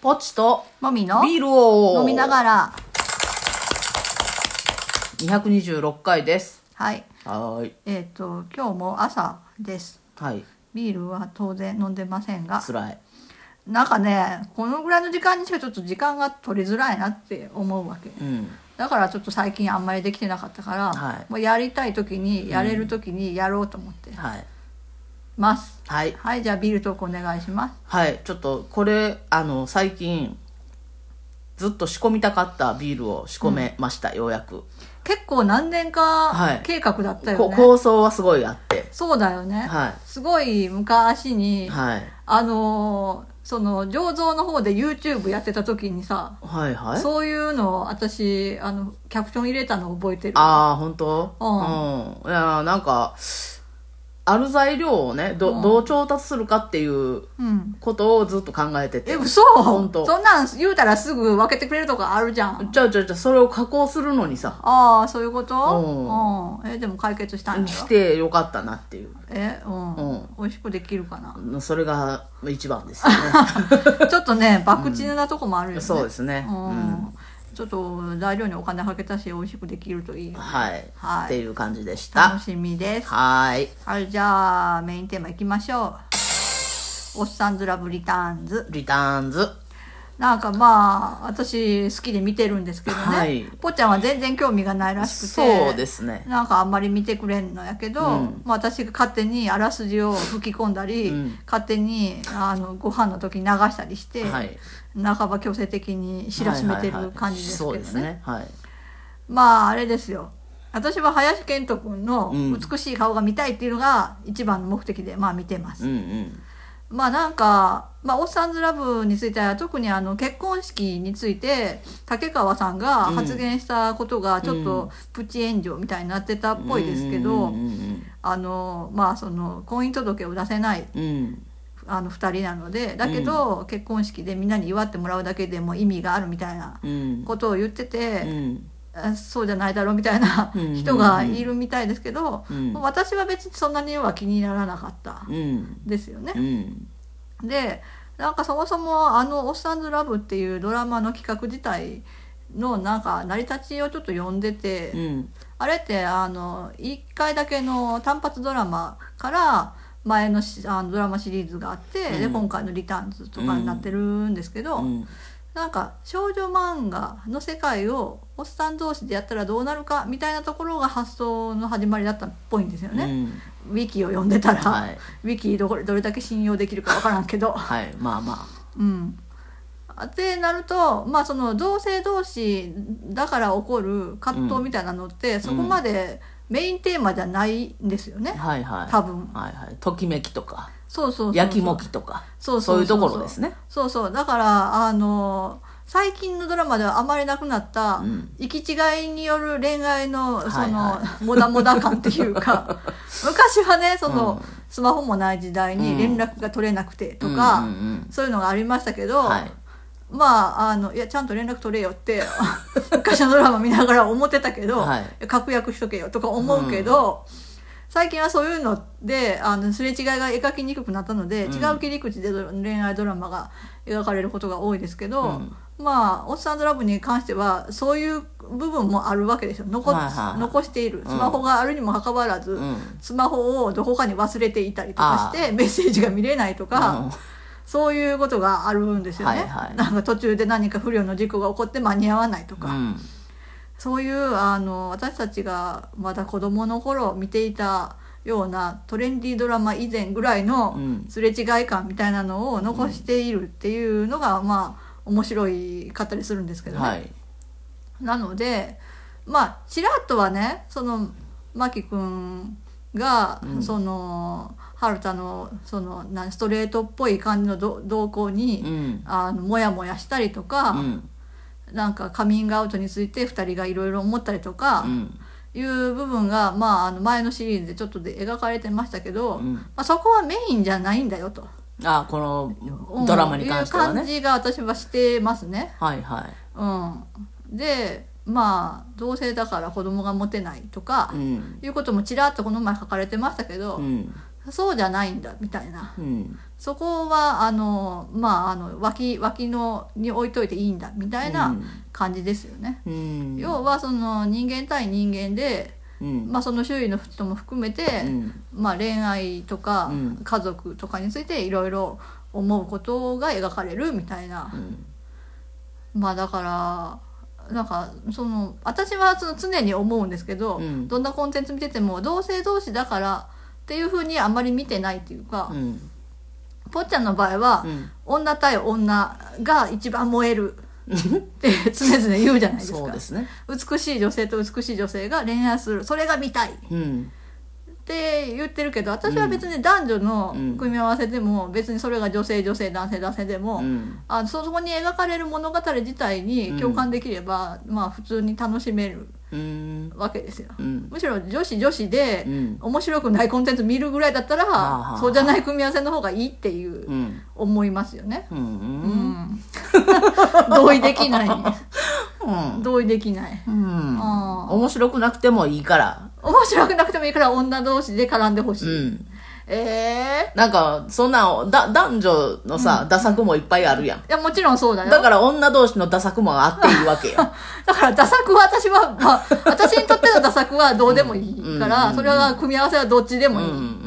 ポチともみのビールを飲みながら、 226回ですはい。はーいえっ、と、今日も朝です。はいビールは当然飲んでませんが、つらいなんかね、このぐらいの時間にしかちょっと時間が取りづらいなって思うわけ。うんだからちょっと最近あんまりできてなかったから、はいもうやりたい時に、やれる時にやろうと思ってはいます。はいはい、じゃあビールトークお願いします。はいちょっとこれあの最近ずっと仕込みたかったビールを仕込めました、ようやく、結構何年はかい計画だったよね。こ構想はすごいあってそうだよね。はすごい昔いに、はいあのーその醸造の方で YouTube やってた時にさはいはいそういうのを私あのキャプション入れたの覚えてるああ本当ううん、いやーなんかある材料をねど,、うんどう調達するかっていううんことをずっと考えててえ嘘ほんとそんなん言うたらすぐ分けてくれるとかあるじゃんちゃうちゃうちゃうそれを加工するのにさああそういうことうんうんえでも解決したんだよしてよかったなっていうえうん、うん美味しくできるかな それが一番ですよちょっとね博打なとこもあるよね、ね そうですね、ううんん、ちょっと材料にお金かけたし美味しくできるといいよはい、はいっていう感じでした楽しみですはーいはい、じゃあメインテーマいきましょう。おっさんずラブリターンズ。リターンズなんかまあ、私好きで見てるんですけどね。はいぽっちゃんは全然興味がないらしくて。そうですねなんかあんまり見てくれんのやけど、うんまあ、私が勝手にあらすじを吹き込んだり、うん勝手にあのご飯の時に流したりして、はい半ば強制的に知らしめはいてはいるはい感じですけどそうね。ですねはいまああれですよ私は林遣都君のうん美しい顔が見たいっていうのが一番の目的でまあ見てます、うんうんまあなんか、まあ、オッサンズラブについては特にあの結婚式について竹川さんが発言したことがちょっうんとプチ炎上みたいになってたっぽいですけど、うんうんあのまあその婚姻届を出せないうんうんあの2人なのでだけど結婚式でみんなに祝ってもらうだけでも意味があるみたいなうんうんことを言ってて、うんあそうじゃないだろうみたいなうん人がいるみたいですけど、うん私は別にそんなには気にならなかったうんですよねう。んでなんかそもそもあの「おっさんずラブ」っていうドラマの企画自体のなんか成り立ちをちょっと読んでて、うんあれってあの1回だけの単発ドラマから前のしあのドラマシリーズがあって、うんで今回の「リターンズ」とかになってるんですけど、うんなんか少女漫画の世界をおっさん同士でやったらどうなるかみたいなところが発想の始まりだったっぽいんですようね、んウィキを読んでたら、はいウィキどこどれだけ信用できるかわからんけどはいまあまうんってなるとまあその同性同士だから起こる葛藤みたいなのって、そこまでメインテーマじゃないんですよねあ、はいはい多分はいはいときめきとかそうそうそうそうやきもきとかそうそそうういうところですねそうそうだからあの最近のドラマではあまりなくなった、うん行き違いによる恋愛のその、はいはモダモダ感っていう か昔はねその、うんスマホもない時代うんに連絡が取れなくてとか、うんうんうんそういうのがありましたけど、はいまああのいやちゃんと連絡取れよって 昔のドラマ見ながら思ってたけど、はい確約しとけよとか思うけど、最近はそういうのであのすれ違いが描きにくくなったので、うん違う切り口でド恋愛ドラマが描かれることが多いですけど、うんまあ「おっさんとラブ」に関してはそういう部分もあるわけですよ残,、はいはいはい残しているんスマホがあるにもかかわらず、うんスマホをどこかに忘れていたりとかしてメッセージが見れないとか。うんそういうことがあるんですよね、はいはいなんか途中で何か不慮の事故が起こって間に合わないとか、うんそういうあの私たちがまだ子供の頃見ていたようなトレンディードラマ以前ぐらいのうんすれ違い感みたいなのを残しているっていうのが、まあ面白いかったりするんですけどね。はいなのでまあちらっとはねその真木君が、うんその春田のそのなストレートっぽい感じのど動向に、うんあのモヤモヤしたりとか、うんなんかカミングアウトについて2人がいろいろ思ったりとかう、んいう部分が、まあ、あの前のシリーズでちょっとで描かれてましたけど、うまんあ、そこはメインじゃないんだよと、あこのドラマに関してはうんいう感ねじが私はしてますね。はいはうん、でまあ同性だから子供が持てないとかいうんいうこともちらっとこの前書かれてましたけど、うんそうじゃないんだみたいなうんそこはあのまああの脇脇のに置いといていいんだみたいな感じですよね。うん要はその人間対人間で、うんまあ、その周囲の人も含めて、うんまあ、恋愛とかうん家族とかについていろいろ思うことが描かれるみたいなう、んまあだからなんかその私はその常に思うんですけど、うんどんなコンテンツ見てても同性同士だからっていうふうにあんまり見てないっていうかう、んぽっちゃんの場合は、女対女が一番燃えるって常々言うじゃないですそうかですね美しい女性と美しい女性が恋愛するそれが見たいっうんて言ってるけど私は別に男女のうん組み合わせでも、別にそれが女性女性男性男性でも、うんあそこに描かれる物語自体に共感できれば、まあ普通に楽しめるうんわけですよ。うんむしろ女子女子でうん面白くないコンテンツ見るぐらいだったら、あーそうじゃない組み合わせの方がいいっていううん思いますよね。ううんん、 同意できないうん同意できないうんあー面白くなくてもいいから面白くなくてもいいから女同士で絡んでほしうい、んええなんかそんなんだ男女のさダサくもいっぱいあるやんいやもちろんそうだよだから女同士のダサくもあっていいわけよ だから打作は私は、ま あ、私にとっての打作はどうでもいいから、うんそれは組み合わせはどっちでうもいんい、うん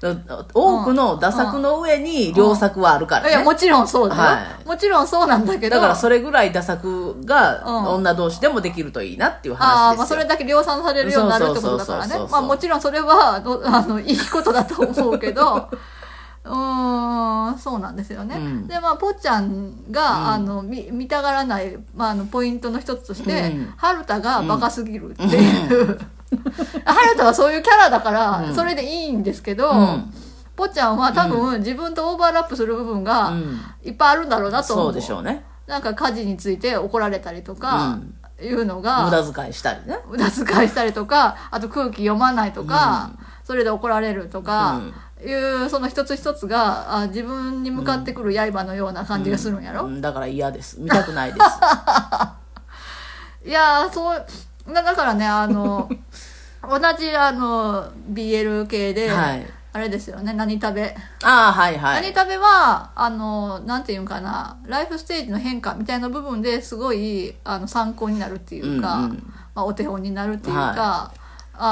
だ多くのダサくの上に良作はあるからいねやもちろんそうだよ、はもちろんそうなんだけどだからそれぐらいダサくがうん女同士でもできるといいなっていうああ話まあですそよ。れだけ量産されるようになるってことだからねそうそうそうそうそうまあもちろんそれはどあのいいことだと思う けどうーんそうなんですよね、うんでまあぽっちゃんが、うんあの見見たがらない、まあ、あのポイントの一つとして、うん春田がバカすぎるっていう、 春田はそういうキャラだから、うんそれでいいんですけど、うんぽっちゃんは多分、自分とオーバーラップする部分がうんいっぱいあるんだろうなと思う,、そうでしょうね。なんか家事について怒られたりとか、いうのが無駄遣いしたりね。 無駄遣いしたりとかあと空気読まないとか、それで怒られるとか、いうその一つ一つがあ自分に向かってくる刃のような感じがするんやろ、うんだから嫌です。見たくない です。いやーそうなだからね あの同じあの BL 系で、はい。あれですよね何食べ、ああ、はいは何い。食べはあのなんていうんかなライフステージの変化みたいな部分ですごいあの参考になるっていうか。うんうんまあ、お手本になるっていうか、は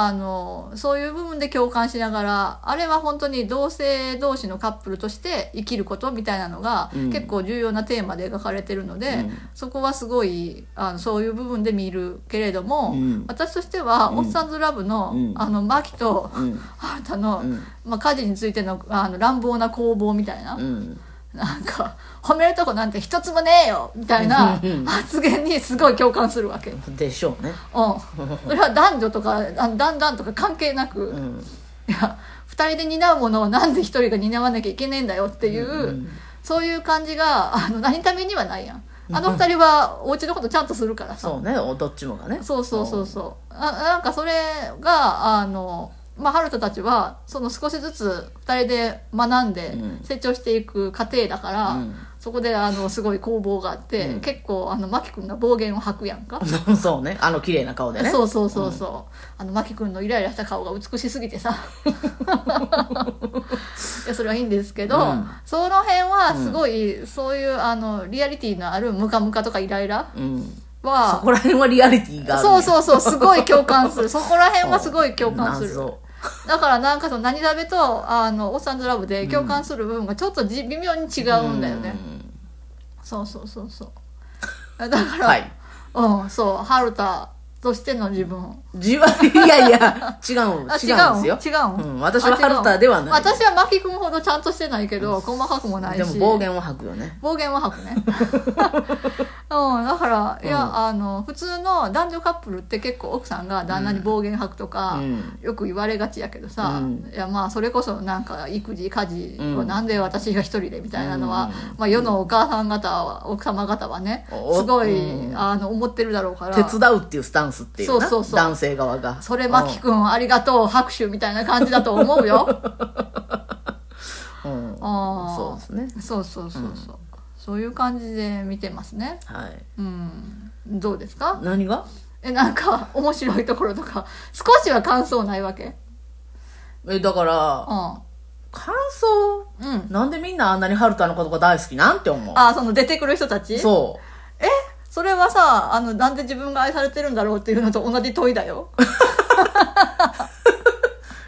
あのそういう部分で共感しながらあれは本当に同性同士のカップルとして生きることみたいなのが、うん結構重要なテーマで描かれてるので、うんそこはすごいあのそういう部分で見るけれども、うん私としては「うんオッサンズラブの」うんあのマキとうんハルタの、うんまあ、家事についてのあの乱暴な攻防みたいな。うんなんか褒めるとこなんて一つもねえよみたいなうん発言にすごい共感するわけ。 でしょうね。うん、それは男女とかあだんだんとか関係なく、ういんや2人で担うものをなんで1人が担わなきゃいけねえんだよっていう、うんそういう感じがあの何ためにはないやんあの2人はお家のことちゃんとするからさ、そうね。おどっちもがね。そうそうそうそうあなんかそれがあのまあ、春人たちはその少しずつ2人で学んでうん成長していく過程だから、うそこであのすごい攻防があって、うん結構あの真木君が暴言を吐くやんかん そうね。あの綺麗な顔でね。そうそうそうそう、あのマキ君のイライラした顔が美しすぎ てさいやそれはいいんですけど、うんその辺はすごい、そういうあのリアリティのあるムカムカとかイライラうん。そはこら辺はリアリティがあるね。そうそうそうすごい共感す るそこら辺はすごい共感する謎だからなんかその何食べとあのオッサンズラブで共感する部分がちょっとじ微妙に違うんだよね、そうそうそうそうだかうんら、はい。うんそう春田としての自分じわ、 いやいや、違う、あ違うんです違よ。う、うんん、私はハルタではない。私はマキ君ほどちゃんとしてないけど細かくもないしでも暴言を吐くよね。暴言は吐く ねうんだからいや、うんあの普通の男女カップルって結構奥さんが旦那に暴言吐くとか、うんよく言われがちやけどさ、うんいやまあそれこそなんか育児家事うをんなんで私が一人でみたいなのは、うんまあ、世のお母さん方は奥様方はねすおごい、うんあの思ってるだろうから手伝うっていうスタンスっていうな。そうそうそう男性側が。それマキ君ありがとう拍手みたいな感じだと思うよ。 うん。うんあーそうですね。そうそうそうそう、そういう感じで見てますねはい。うんどうですか何がえなんか面白いところとか少しは感想ないわけえ、だから、う感想うんなんでみんなあんなに春田のことが大好きなんて思うあその出てくる人たちそそれはさあのなんで自分が愛されてるんだろうっていうのと同じ問いだよ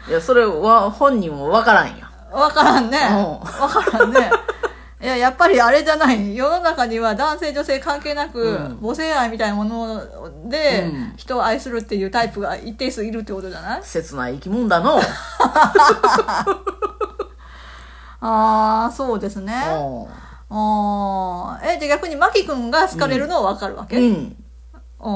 ういやそれは本人もわからんやわからんねうんわからんね いややっぱりあれじゃない世の中には男性女性関係なく、うん母性愛みたいなもので、うん人を愛するっていうタイプが一定数いるってことじゃない切ない生き物だのああそうですねあーえじゃあ逆に真木君が好かれるのは分かるわけ、ううんんう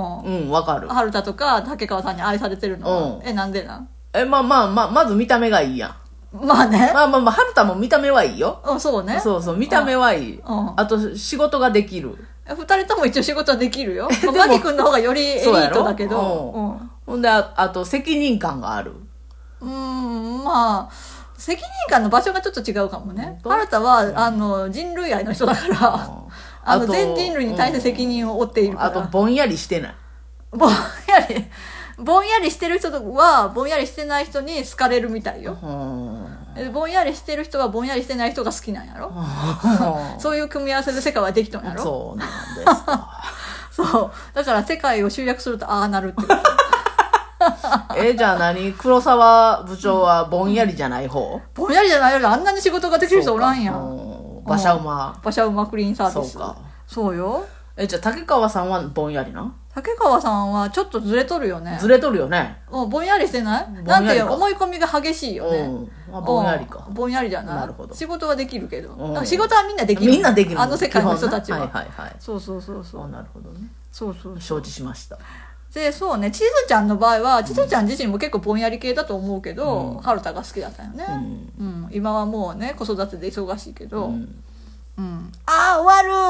んわかる春田とか竹川さんに愛されてるのは、うんえなんでなんえまあまあまあまず見た目がいいやんまあね、まあまあまあ春田も見た目はいいようんそうねそうそう見た目はいいうんあと仕事ができるえ二人とも一応仕事はできるよ真木君の方がよりエリそうやーろトだけどううんんほんでああと責任感があるうーんまあ責任感の場所がちょっと違うかもね本当原田は、あの人類愛の人 だからあの全人類に対して責任を負っているかあとら、ぼんやりしてないぼんやりぼんやりしてる人はぼんやりしてない人に好かれるみたいようんえぼんやりしてる人はぼんやりしてない人が好きなんやろそそういう組み合わせで世界はできたんやう ろそうなんですかそうだから世界を集約するとああなるって ことえじゃあ何黒沢部長はぼんやりじゃない方ぼんやりじゃないよあんなに仕事ができる人おらんやそんうかうん馬車馬馬車馬クリーンサービスそうかそうよえじゃあ竹川さんはぼんやりな竹川さんはちょっとずれとるよねずれとるよねもうぼんやりしてないりなんていうか思い込みが激しいよねうんあぼんやりかうんぼんやりじゃないなるほど仕事はできるけどんだから仕事はみんなできるみんなできるあの世界の人たちは、基本ねはいはいはいそうそうそうそあうなるほどねそうそう承知しましたでそうねちずちゃんの場合はちずちゃん自身も結構ぼんやり系だと思うけど、春田が好きだったよね、うんうん今はもうね子育てで忙しいけど、ううんんああ終わる